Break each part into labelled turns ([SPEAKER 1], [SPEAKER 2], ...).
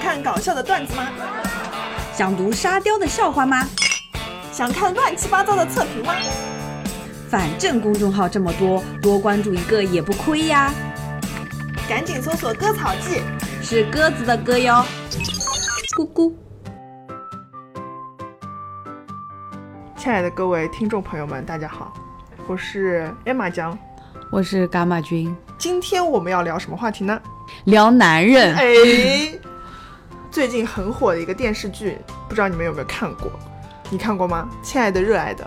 [SPEAKER 1] 看搞笑的段子吗？
[SPEAKER 2] 想读沙雕的笑话吗？
[SPEAKER 1] 想看乱七八糟的测评吗？
[SPEAKER 2] 反正公众号这么多，多关注一个也不亏呀。
[SPEAKER 1] 赶紧搜索“割草记
[SPEAKER 2] 是鸽子的歌哟，咕咕。”。
[SPEAKER 3] 亲爱的各位听众朋友们，大家好，我是艾玛江。
[SPEAKER 4] 我是伽马君，
[SPEAKER 3] 今天我们要聊什么话题呢？
[SPEAKER 4] 聊男人，
[SPEAKER 3] 哎，最近很火的一个电视剧，不知道你们有没有看过？你看过吗？亲爱的，热爱的，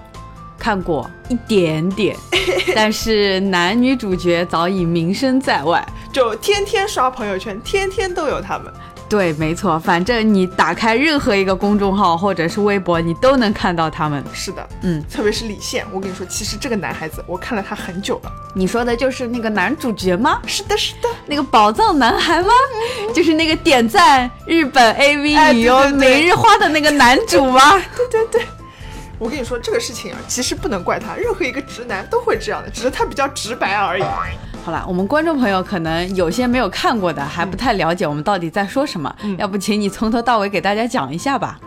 [SPEAKER 4] 看过一点点， 但是男女主角早已名声在外。
[SPEAKER 3] 就天天刷朋友圈，天天都有他们。
[SPEAKER 4] 对，没错，反正你打开任何一个公众号或者是微博，你都能看到他们。
[SPEAKER 3] 是的，
[SPEAKER 4] 嗯，
[SPEAKER 3] 特别是李现，我跟你说，其实这个男孩子，我看了他很久了。
[SPEAKER 4] 你说的就是那个男主角吗？
[SPEAKER 3] 是的，是的，
[SPEAKER 4] 那个宝藏男孩吗？就是那个点赞日本 AV
[SPEAKER 3] 哎
[SPEAKER 4] 女优
[SPEAKER 3] 对对对
[SPEAKER 4] 每日花的那个男主吗？
[SPEAKER 3] 我跟你说这个事情啊，其实不能怪他，任何一个直男都会这样的，只是他比较直白而已。
[SPEAKER 4] 好啦，我们观众朋友可能有些没有看过的，还不太了解我们到底在说什么，要不请你从头到尾给大家讲一下吧。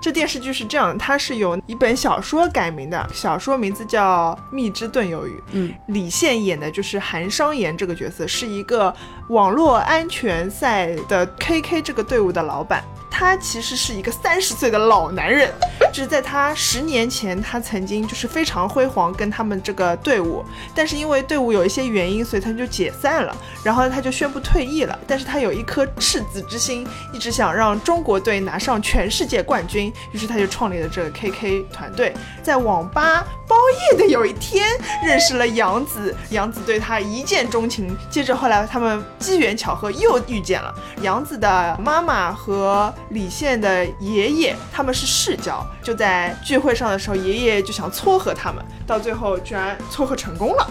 [SPEAKER 3] 这电视剧是这样的，它是由一本小说改名的，小说名字叫《蜜汁炖鱿鱼》。
[SPEAKER 4] 嗯，
[SPEAKER 3] 李现演的就是韩商言这个角色，是一个网络安全赛的 KK 这个队伍的老板。他其实是一个三十岁的老男人，就是在他十年前，他曾经就是非常辉煌，跟他们这个队伍，但是因为队伍有一些原因，所以他们就解散了。然后他就宣布退役了，但是他有一颗赤子之心，一直想让中国队拿上全世界冠军，于是他就创立了这个 KK 团队，在网吧包夜的有一天认识了杨子，杨子对他一见钟情，接着后来他们机缘巧合又遇见了，杨子的妈妈和李现的爷爷他们是世交，就在聚会上的时候，爷爷就想撮合他们，到最后居然撮合成功了。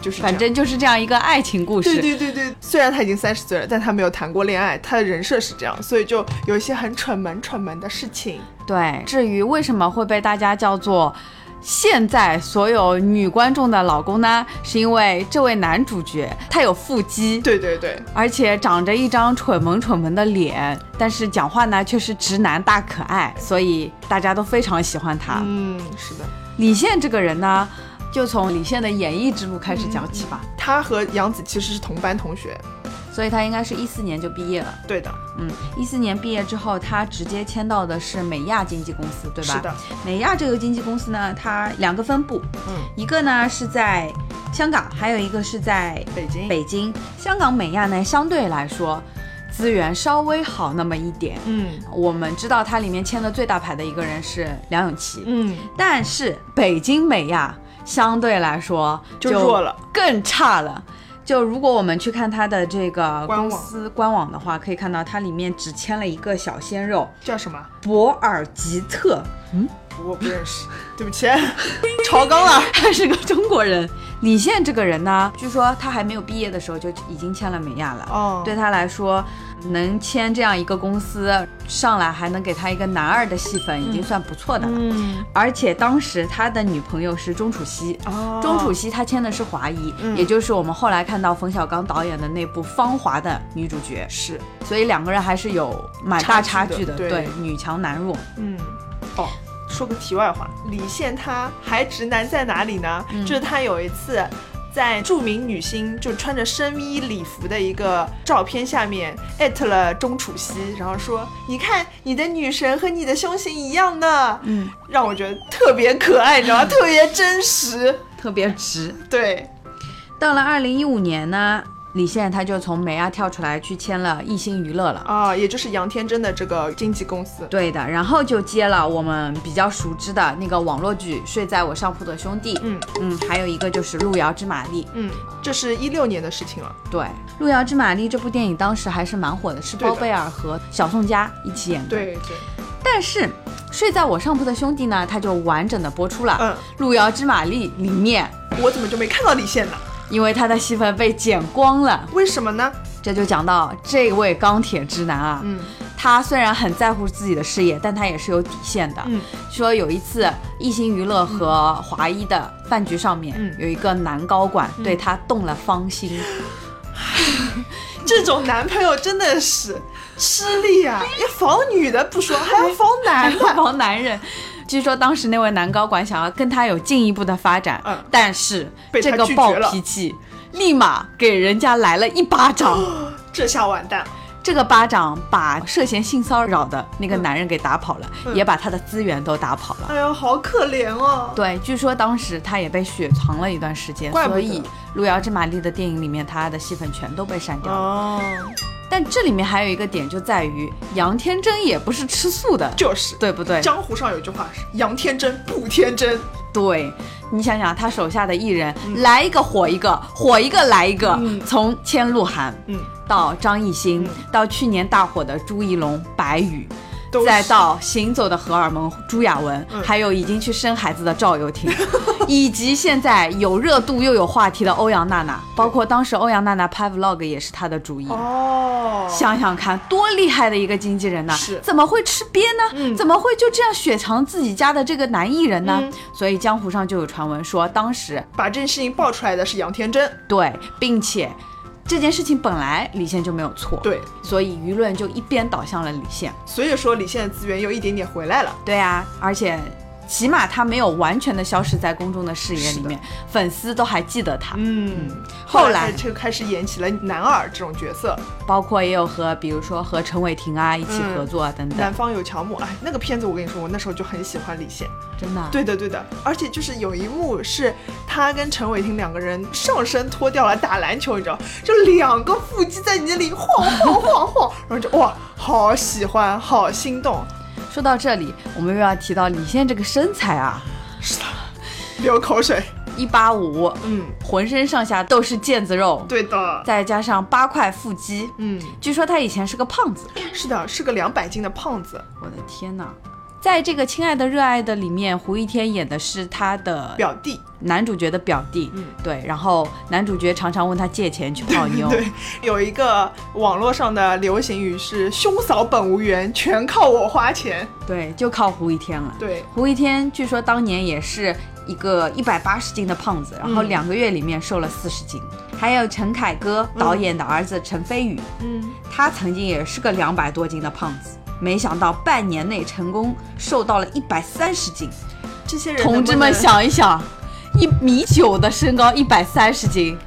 [SPEAKER 3] 就是这样
[SPEAKER 4] 嗯反正就是这样一个爱情故事。
[SPEAKER 3] 对对对对，虽然他已经三十岁了，但他没有谈过恋爱，他的人设是这样，所以就有一些很蠢萌蠢萌的事情。
[SPEAKER 4] 对至于为什么会被大家叫做现在所有女观众的老公呢？是因为这位男主角他有腹肌，
[SPEAKER 3] 对对对，
[SPEAKER 4] 而且长着一张蠢萌蠢萌的脸，但是讲话呢却是直男大可爱，所以大家都非常喜欢他。
[SPEAKER 3] 嗯，是的，
[SPEAKER 4] 李现这个人呢，就从李现的演艺之路开始讲起吧。
[SPEAKER 3] 他和杨紫其实是同班同学。
[SPEAKER 4] 嗯所以他应该是一四年就毕业了。
[SPEAKER 3] 对的，
[SPEAKER 4] 嗯，一四年毕业之后，他直接签到的是美亚经纪公司，对吧？
[SPEAKER 3] 是的。，
[SPEAKER 4] 美亚这个经纪公司呢，它两个分部，
[SPEAKER 3] 嗯，
[SPEAKER 4] 一个呢是在香港，还有一个是在
[SPEAKER 3] 北京，
[SPEAKER 4] 北京。香港美亚呢，相对来说资源稍微好那么一点。
[SPEAKER 3] 嗯
[SPEAKER 4] 我们知道它里面签的最大牌的一个人是梁咏琪，
[SPEAKER 3] 嗯，
[SPEAKER 4] 但是北京美亚相对来说
[SPEAKER 3] 就弱了，
[SPEAKER 4] 更差了。就如果我们去看它的这个
[SPEAKER 3] 官网
[SPEAKER 4] 公司官网的话，可以看到它里面只签了一个小鲜肉
[SPEAKER 3] 叫什么？
[SPEAKER 4] 博尔吉特，
[SPEAKER 3] 我不认识，对不起， 超纲了。
[SPEAKER 4] 他是个中国人。李现这个人呢，据说他还没有毕业的时候就已经签了美亚了。
[SPEAKER 3] 哦，
[SPEAKER 4] 对，他来说，能签这样一个公司上来，还能给他一个男二的戏份，已经算不错的了。
[SPEAKER 3] 嗯，
[SPEAKER 4] 而且当时他的女朋友是钟楚曦，
[SPEAKER 3] 哦，
[SPEAKER 4] 钟楚曦她签的是华谊，
[SPEAKER 3] 嗯
[SPEAKER 4] 也就是我们后来看到冯小刚导演的那部《芳华》的女主角，
[SPEAKER 3] 是，
[SPEAKER 4] 所以两个人还是有蛮大
[SPEAKER 3] 差
[SPEAKER 4] 差
[SPEAKER 3] 距
[SPEAKER 4] 距
[SPEAKER 3] 的
[SPEAKER 4] 的，
[SPEAKER 3] 对
[SPEAKER 4] 女强男弱。
[SPEAKER 3] 嗯，哦，说个题外话，李现他还直男在哪里呢？就是他有一次。在著名女星就穿着深衣礼服的一个照片下面，艾特了钟楚曦，然后说：“你看你的女神和你的胸型一样呢。”
[SPEAKER 4] 嗯，
[SPEAKER 3] 让我觉得特别可爱，你知道吗？ 特别真实。
[SPEAKER 4] 特别直。
[SPEAKER 3] 对，
[SPEAKER 4] 到了二零一五年呢，李现他就从梅亚啊跳出来去签了艺兴娱乐了。
[SPEAKER 3] 啊，也就是杨天真的这个经纪公司。
[SPEAKER 4] 对的，然后就接了我们比较熟知的那个网络剧《睡在我上铺的兄弟》，
[SPEAKER 3] 嗯
[SPEAKER 4] 嗯，还有一个就是《路遥知马力》。
[SPEAKER 3] 嗯，这是一六年的事情了。
[SPEAKER 4] 对，《路遥知马力》这部电影当时还是蛮火的，是
[SPEAKER 3] 对
[SPEAKER 4] 包
[SPEAKER 3] 的
[SPEAKER 4] 贝尔和小宋佳一起演的。，
[SPEAKER 3] 对对，
[SPEAKER 4] 但是《睡在我上铺的兄弟》呢，它就完整的播出了。
[SPEAKER 3] 嗯
[SPEAKER 4] 路遥知马力》里面，
[SPEAKER 3] 我怎么就没看到李现呢？
[SPEAKER 4] 因为他的戏份被剪光了，
[SPEAKER 3] 为什么呢？
[SPEAKER 4] 这就讲到这位钢铁直男啊，
[SPEAKER 3] 嗯
[SPEAKER 4] 他虽然很在乎自己的事业，但他也是有底线的。
[SPEAKER 3] 嗯，
[SPEAKER 4] 说有一次，艺兴娱乐和华谊的饭局上面，
[SPEAKER 3] 嗯
[SPEAKER 4] 有一个男高管对他动了芳心。
[SPEAKER 3] 这种男朋友真的是吃力啊！要防女的不说，还要防男的。
[SPEAKER 4] 防男人。据说当时那位男高管想要跟他有进一步的发展，
[SPEAKER 3] 嗯
[SPEAKER 4] 但是
[SPEAKER 3] 被他
[SPEAKER 4] 这个
[SPEAKER 3] 拒绝
[SPEAKER 4] 暴
[SPEAKER 3] 了
[SPEAKER 4] 脾气立马给人家来了一 巴掌，
[SPEAKER 3] 这下完蛋了，
[SPEAKER 4] 这个巴掌把涉嫌性骚扰的那个男人给打跑了，
[SPEAKER 3] 嗯
[SPEAKER 4] 也把他的资源都打跑了。
[SPEAKER 3] 哎呦，好可怜哦。
[SPEAKER 4] 对，据说当时他也被雪藏了一段时间，
[SPEAKER 3] 怪不
[SPEAKER 4] 所
[SPEAKER 3] 得
[SPEAKER 4] 以《路遥知马力》的电影里面他的戏份全都被删掉了。
[SPEAKER 3] 哦，
[SPEAKER 4] 但这里面还有一个点就在于，杨天真也不是吃素的，
[SPEAKER 3] 就是
[SPEAKER 4] 对不对？
[SPEAKER 3] 江湖上有句话是“杨天真不天真
[SPEAKER 4] 对，你想想他手下的艺人，来一个火一个，火一个来一个，
[SPEAKER 3] 嗯
[SPEAKER 4] 从千鹿晗”，
[SPEAKER 3] 嗯，
[SPEAKER 4] 到张艺兴，
[SPEAKER 3] 嗯
[SPEAKER 4] 到去年大火的朱一龙、白宇。
[SPEAKER 3] 都
[SPEAKER 4] 再
[SPEAKER 3] 是
[SPEAKER 4] 到行走的荷尔蒙朱亚文，
[SPEAKER 3] 嗯
[SPEAKER 4] 还有已经去生孩子的赵 又廷，以及现在有热度又有话题的欧阳娜娜，包括当时欧阳娜娜拍 vlog 也是她的主意。
[SPEAKER 3] 哦，
[SPEAKER 4] 想想看，多厉害的一个经纪人呐！
[SPEAKER 3] 是
[SPEAKER 4] 怎么会吃瘪呢？
[SPEAKER 3] 嗯
[SPEAKER 4] 怎么会就这样雪藏自己家的这个男艺人呢？
[SPEAKER 3] 嗯
[SPEAKER 4] 所以江湖上就有传闻说，当时
[SPEAKER 3] 把这件事情爆出来的是杨天真，
[SPEAKER 4] 对，并且这件事情本来李现就没有错，，
[SPEAKER 3] 对，
[SPEAKER 4] 所以舆论就一边倒向了李现。
[SPEAKER 3] 所以说李现的资源又一点点回来了。
[SPEAKER 4] 对啊，而且起码他没有完全的消失在公众的视野里面，粉丝都还记得他。
[SPEAKER 3] 嗯，
[SPEAKER 4] 后
[SPEAKER 3] 后
[SPEAKER 4] 来
[SPEAKER 3] 来就开始演起了男二这种角色，
[SPEAKER 4] 包括也有和比如说和陈伟霆啊一起
[SPEAKER 3] 嗯
[SPEAKER 4] 合作啊等等
[SPEAKER 3] 南，方有乔木，哎，那个片子我跟你说，我那时候就很喜欢李现。
[SPEAKER 4] 真的啊。
[SPEAKER 3] 对的，对的，而且就是有一幕是他跟陈伟霆两个人上身脱掉了打篮球，你知道，就两个腹肌在你那里晃晃晃晃，然后就哇，好喜欢，好心动。
[SPEAKER 4] 说到这里，我们又要提到李现这个身材啊，
[SPEAKER 3] 是的，流口水。
[SPEAKER 4] 一八五，
[SPEAKER 3] 嗯，
[SPEAKER 4] 浑身上下都是腱子肉，
[SPEAKER 3] 对的。
[SPEAKER 4] 再加上八块腹肌。
[SPEAKER 3] 嗯，
[SPEAKER 4] 据说他以前是个胖子，
[SPEAKER 3] 是的，是个两百斤的胖子，
[SPEAKER 4] 我的天哪！在这个《亲爱的热爱的》里面，胡一天演的是他的
[SPEAKER 3] 表弟。
[SPEAKER 4] 男主角的表弟，
[SPEAKER 3] 嗯
[SPEAKER 4] 对，然后男主角常常问他借钱去泡妞，
[SPEAKER 3] 对，嗯有一个网络上的流行语是“兄嫂本无缘，全靠我花钱
[SPEAKER 4] 对就靠胡一天了”。。
[SPEAKER 3] 对，
[SPEAKER 4] 胡一天据说当年也是一个一百八十斤的胖子，然后
[SPEAKER 3] 嗯
[SPEAKER 4] 两个月里面瘦了四十斤。还有陈凯歌导演的儿子陈飞宇，
[SPEAKER 3] 嗯，
[SPEAKER 4] 他曾经也是个两百多斤的胖子。没想到半年内成功瘦到了一百三十斤，
[SPEAKER 3] 这些人能
[SPEAKER 4] 同
[SPEAKER 3] 不
[SPEAKER 4] 志们
[SPEAKER 3] 能
[SPEAKER 4] 想一想，一米九的身高，一百三十斤。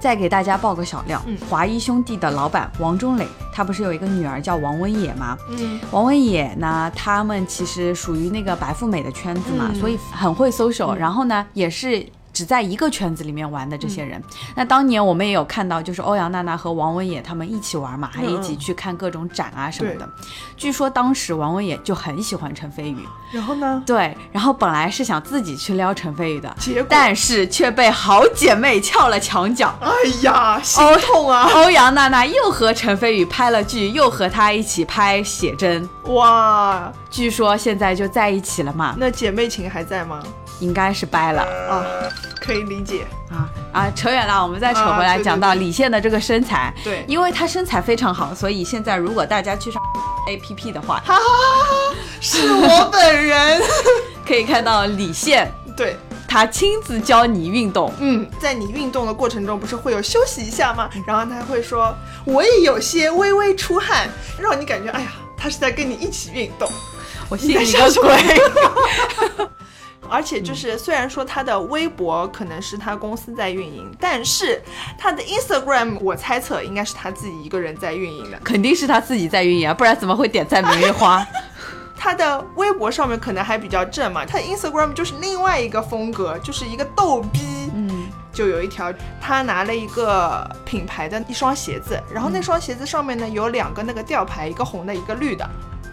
[SPEAKER 4] 再给大家爆个小料，
[SPEAKER 3] 嗯
[SPEAKER 4] 华谊兄弟的老板王中磊，他不是有一个女儿叫王文野吗？
[SPEAKER 3] 嗯
[SPEAKER 4] 王文野呢，他们其实属于那个白富美的圈子嘛，
[SPEAKER 3] 嗯
[SPEAKER 4] 所以很会 social，、然后呢，也是。只在一个圈子里面玩的这些人，
[SPEAKER 3] 嗯
[SPEAKER 4] 那当年我们也有看到，就是欧阳娜娜和王文野他们一起玩嘛，还
[SPEAKER 3] 嗯
[SPEAKER 4] 一起去看各种展啊什么的。据说当时王文野就很喜欢陈飞宇，
[SPEAKER 3] 然后呢？
[SPEAKER 4] 对，然后本来是想自己去撩陈飞宇的，
[SPEAKER 3] 结果
[SPEAKER 4] 但是却被好姐妹撬了墙角。
[SPEAKER 3] 哎呀，心痛啊！
[SPEAKER 4] 欧阳娜娜又和陈飞宇拍了剧，又和他一起拍写真，
[SPEAKER 3] 哇，
[SPEAKER 4] 据说现在就在一起了嘛，
[SPEAKER 3] 那姐妹情还在吗？
[SPEAKER 4] 应该是掰了
[SPEAKER 3] 啊，可以理解。
[SPEAKER 4] 啊啊！扯远了，我们再扯回
[SPEAKER 3] 啊
[SPEAKER 4] 来，
[SPEAKER 3] 对对
[SPEAKER 4] 讲到
[SPEAKER 3] 对
[SPEAKER 4] 李现的这个身材，
[SPEAKER 3] 对
[SPEAKER 4] 因为他身材非常好，所以现在如果大家去上 A P P 的话，
[SPEAKER 3] 哈哈哈哈，是我本人。
[SPEAKER 4] 可以看到李现
[SPEAKER 3] 对，
[SPEAKER 4] 他亲自教你 运动，
[SPEAKER 3] 嗯，在你运动的过程中，不是会有休息一下吗？然后他会说，我也有些微微出汗，让你感觉，哎呀，他是在跟你一起运动。
[SPEAKER 4] 我信
[SPEAKER 3] 你
[SPEAKER 4] 你
[SPEAKER 3] 在
[SPEAKER 4] 个
[SPEAKER 3] 想
[SPEAKER 4] 鬼！
[SPEAKER 3] 而且就是，虽然说他的微博可能是他公司在运营，但是他的 Instagram 我猜测应该是他自己一个人在运营的。
[SPEAKER 4] 肯定是他自己在运营啊，不然怎么会点赞明日花？
[SPEAKER 3] 他的微博上面可能还比较正嘛，他的 Instagram 就是另外一个风格，就是一个逗逼。
[SPEAKER 4] 嗯，
[SPEAKER 3] 就有一条，他拿了一个品牌的一双鞋子，然后那双鞋子上面呢有两个那个吊牌，一个红的，一个绿的。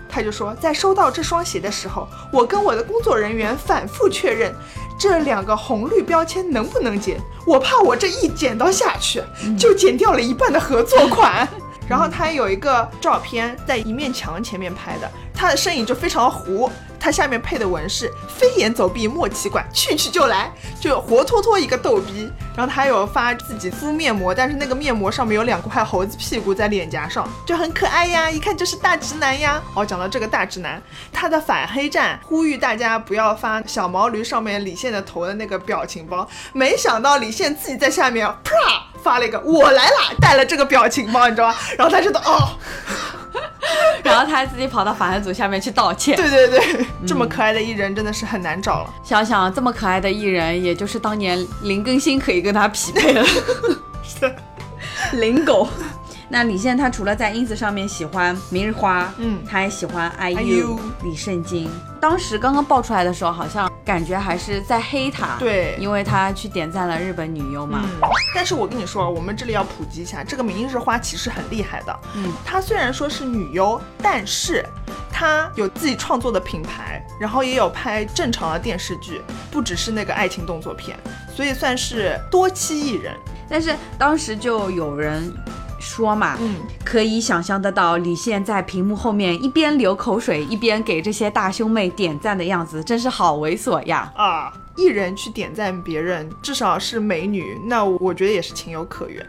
[SPEAKER 3] 他就说，在收到这双鞋的时候，我跟我的工作人员反复确认，这两个红绿标签能不能剪？我怕我这一剪刀下去，就剪掉了一半的合作款。然后他有一个照片在一面墙前面拍的，他的身影就非常糊。他下面配的文是“飞檐走壁莫奇怪，去去就来”，就活脱脱一个逗逼。然后他还有发自己敷面膜，但是那个面膜上面有两块猴子屁股在脸颊上，就很可爱呀，一看就是大直男呀。哦，讲到这个大直男，他的反黑站呼吁大家不要发小毛驴上面李现的头的那个表情包，没想到李现自己在下面啪发了一个“我来啦”，带了这个表情包，你知道吧？然后他觉得哦，
[SPEAKER 4] 然后他还自己跑到法案组下面去道歉。
[SPEAKER 3] 对对对，这么可爱的艺人真的是很难找了。
[SPEAKER 4] 想想这么可爱的艺人，也就是当年林更新可以跟他匹配了。 林狗。那李现他除了在 ins 上面喜欢明日花，
[SPEAKER 3] 嗯
[SPEAKER 4] 他还喜欢 IU
[SPEAKER 3] IU
[SPEAKER 4] 李圣经。当时刚刚爆出来的时候，好像感觉还是在黑他，
[SPEAKER 3] 对
[SPEAKER 4] 因为他去点赞了日本女优嘛，
[SPEAKER 3] 嗯，但是我跟你说，我们这里要普及一下，这个明日花其实很厉害的。
[SPEAKER 4] 嗯，
[SPEAKER 3] 她虽然说是女优，但是她有自己创作的品牌，然后也有拍正常的电视剧，不只是那个爱情动作片，所以算是多栖艺人。
[SPEAKER 4] 但是当时就有人说嘛，
[SPEAKER 3] 嗯，
[SPEAKER 4] 可以想象得到李现在屏幕后面一边流口水，一边给这些大胸妹点赞的样子，真是好猥琐呀！
[SPEAKER 3] 啊，艺人去点赞别人，至少是美女，那我觉得也是情有可原。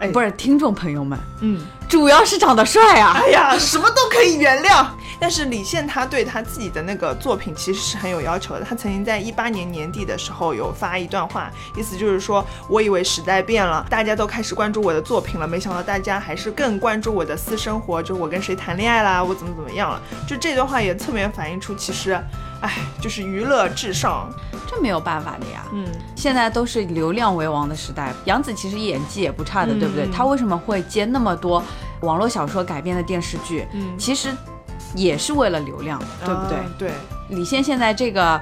[SPEAKER 3] 哎
[SPEAKER 4] 不是，听众朋友们，
[SPEAKER 3] 嗯，
[SPEAKER 4] 主要是长得帅啊！
[SPEAKER 3] 哎 呀，什么都可以原谅。但是李现他对他自己的那个作品其实是很有要求的。他曾经在一八年年底的时候有发一段话，意思就是说，我以为时代变了，大家都开始关注我的作品了，没想到大家还是更关注我的私生活，就我跟谁谈恋爱啦，我怎么怎么样了。就这段话也侧面反映出，其实，哎，就是娱乐至上。
[SPEAKER 4] 这没有办法的呀，
[SPEAKER 3] 嗯，
[SPEAKER 4] 现在都是流量为王的时代。杨紫其实演技也不差的，
[SPEAKER 3] 嗯
[SPEAKER 4] 对不对？她为什么会接那么多网络小说改编的电视剧？
[SPEAKER 3] 嗯
[SPEAKER 4] 其实也是为了流量，对不对？
[SPEAKER 3] 啊对。
[SPEAKER 4] 李现现在这个，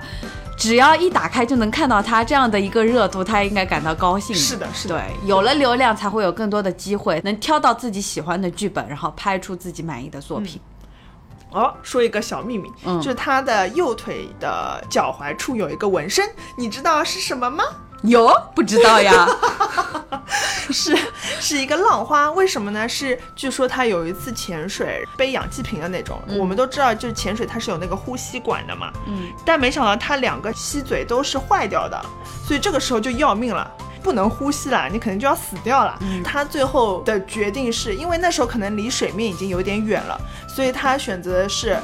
[SPEAKER 4] 只要一打开就能看到他这样的一个热度，他应该感到高兴。
[SPEAKER 3] 是的是的
[SPEAKER 4] 对，有了流量才会有更多的机会，能挑到自己喜欢的剧本，然后拍出自己满意的作品。
[SPEAKER 3] 哦，说一个小秘密，
[SPEAKER 4] 嗯
[SPEAKER 3] 就是他的右腿的脚踝处有一个纹身，你知道是什么吗？
[SPEAKER 4] 有不知道 呀？
[SPEAKER 3] 是 是一个浪花，为什么呢？是据说他有一次潜水背氧气瓶的那种，我们都知道，就是潜水它是有那个呼吸管的嘛，
[SPEAKER 4] 嗯，
[SPEAKER 3] 但没想到他两个吸嘴都是坏掉的，所以这个时候就要命了。不能呼吸了，你可能就要死掉了。他最后的决定是因为那时候可能离水面已经有点远了，所以他选择的是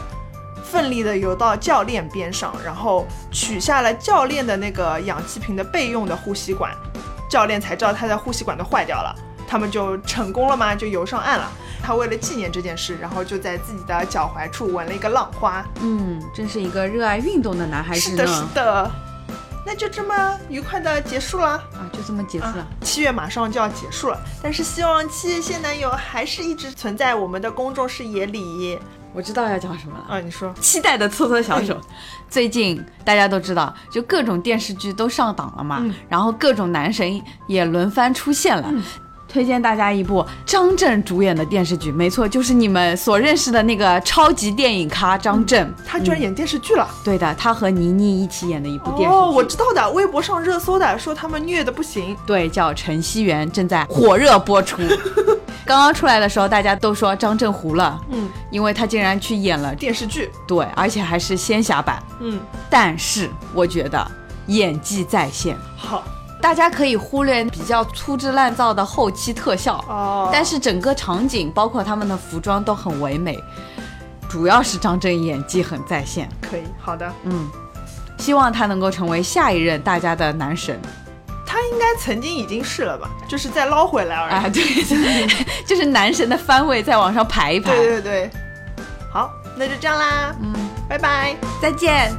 [SPEAKER 3] 奋力地游到教练边上，然后取下了教练的那个氧气瓶的备用的呼吸管，教练才知道他的呼吸管都坏掉了。他们就成功了吗？就游上岸了。他为了纪念这件事，然后就在自己的脚踝处纹了一个浪花。
[SPEAKER 4] 嗯，真是一个热爱运动的男孩
[SPEAKER 3] 是
[SPEAKER 4] 子呢。
[SPEAKER 3] 的，是的。那就这么愉快的结束了。
[SPEAKER 4] 啊，就这么解释了。
[SPEAKER 3] 啊，七月马上就要结束了，但是希望七月现男友还是一直存在我们的公众视野里。
[SPEAKER 4] 我知道要讲什么了。
[SPEAKER 3] 啊，你说
[SPEAKER 4] 期待的搓搓小手。
[SPEAKER 3] 嗯
[SPEAKER 4] 最近大家都知道，就各种电视剧都上档了嘛，
[SPEAKER 3] 嗯
[SPEAKER 4] 然后各种男神也轮番出现了。推荐大家一部张震主演的电视剧，没错，就是你们所认识的那个超级电影咖张震。
[SPEAKER 3] 嗯
[SPEAKER 4] 嗯
[SPEAKER 3] 他居然演电视剧了？
[SPEAKER 4] 对的，他和倪妮一起演的一部嗯电视剧，
[SPEAKER 3] 哦，我知道的，微博上热搜的，说他们虐的不行。
[SPEAKER 4] 对，叫《晨曦缘》，正在火热 播出。刚刚出来的时候，大家都说张震糊了，
[SPEAKER 3] 嗯，
[SPEAKER 4] 因为他竟然去演了，
[SPEAKER 3] 电视剧，
[SPEAKER 4] 对，而且还是仙侠版。
[SPEAKER 3] 嗯，
[SPEAKER 4] 但是我觉得演技在线，
[SPEAKER 3] 好
[SPEAKER 4] 大家可以忽略比较粗制滥造的后期特效，
[SPEAKER 3] 哦。
[SPEAKER 4] 但是整个场景包括他们的服装都很唯美，主要是张震演技很在线，
[SPEAKER 3] 可以，好的。
[SPEAKER 4] 嗯，希望他能够成为下一任大家的男神
[SPEAKER 3] 他应该曾经已经是了吧？就是再捞回来而已。
[SPEAKER 4] 啊，对， 就是男神的番位再往上排一排，
[SPEAKER 3] 对对对，好，那就这样啦，嗯，拜拜。
[SPEAKER 4] 再见。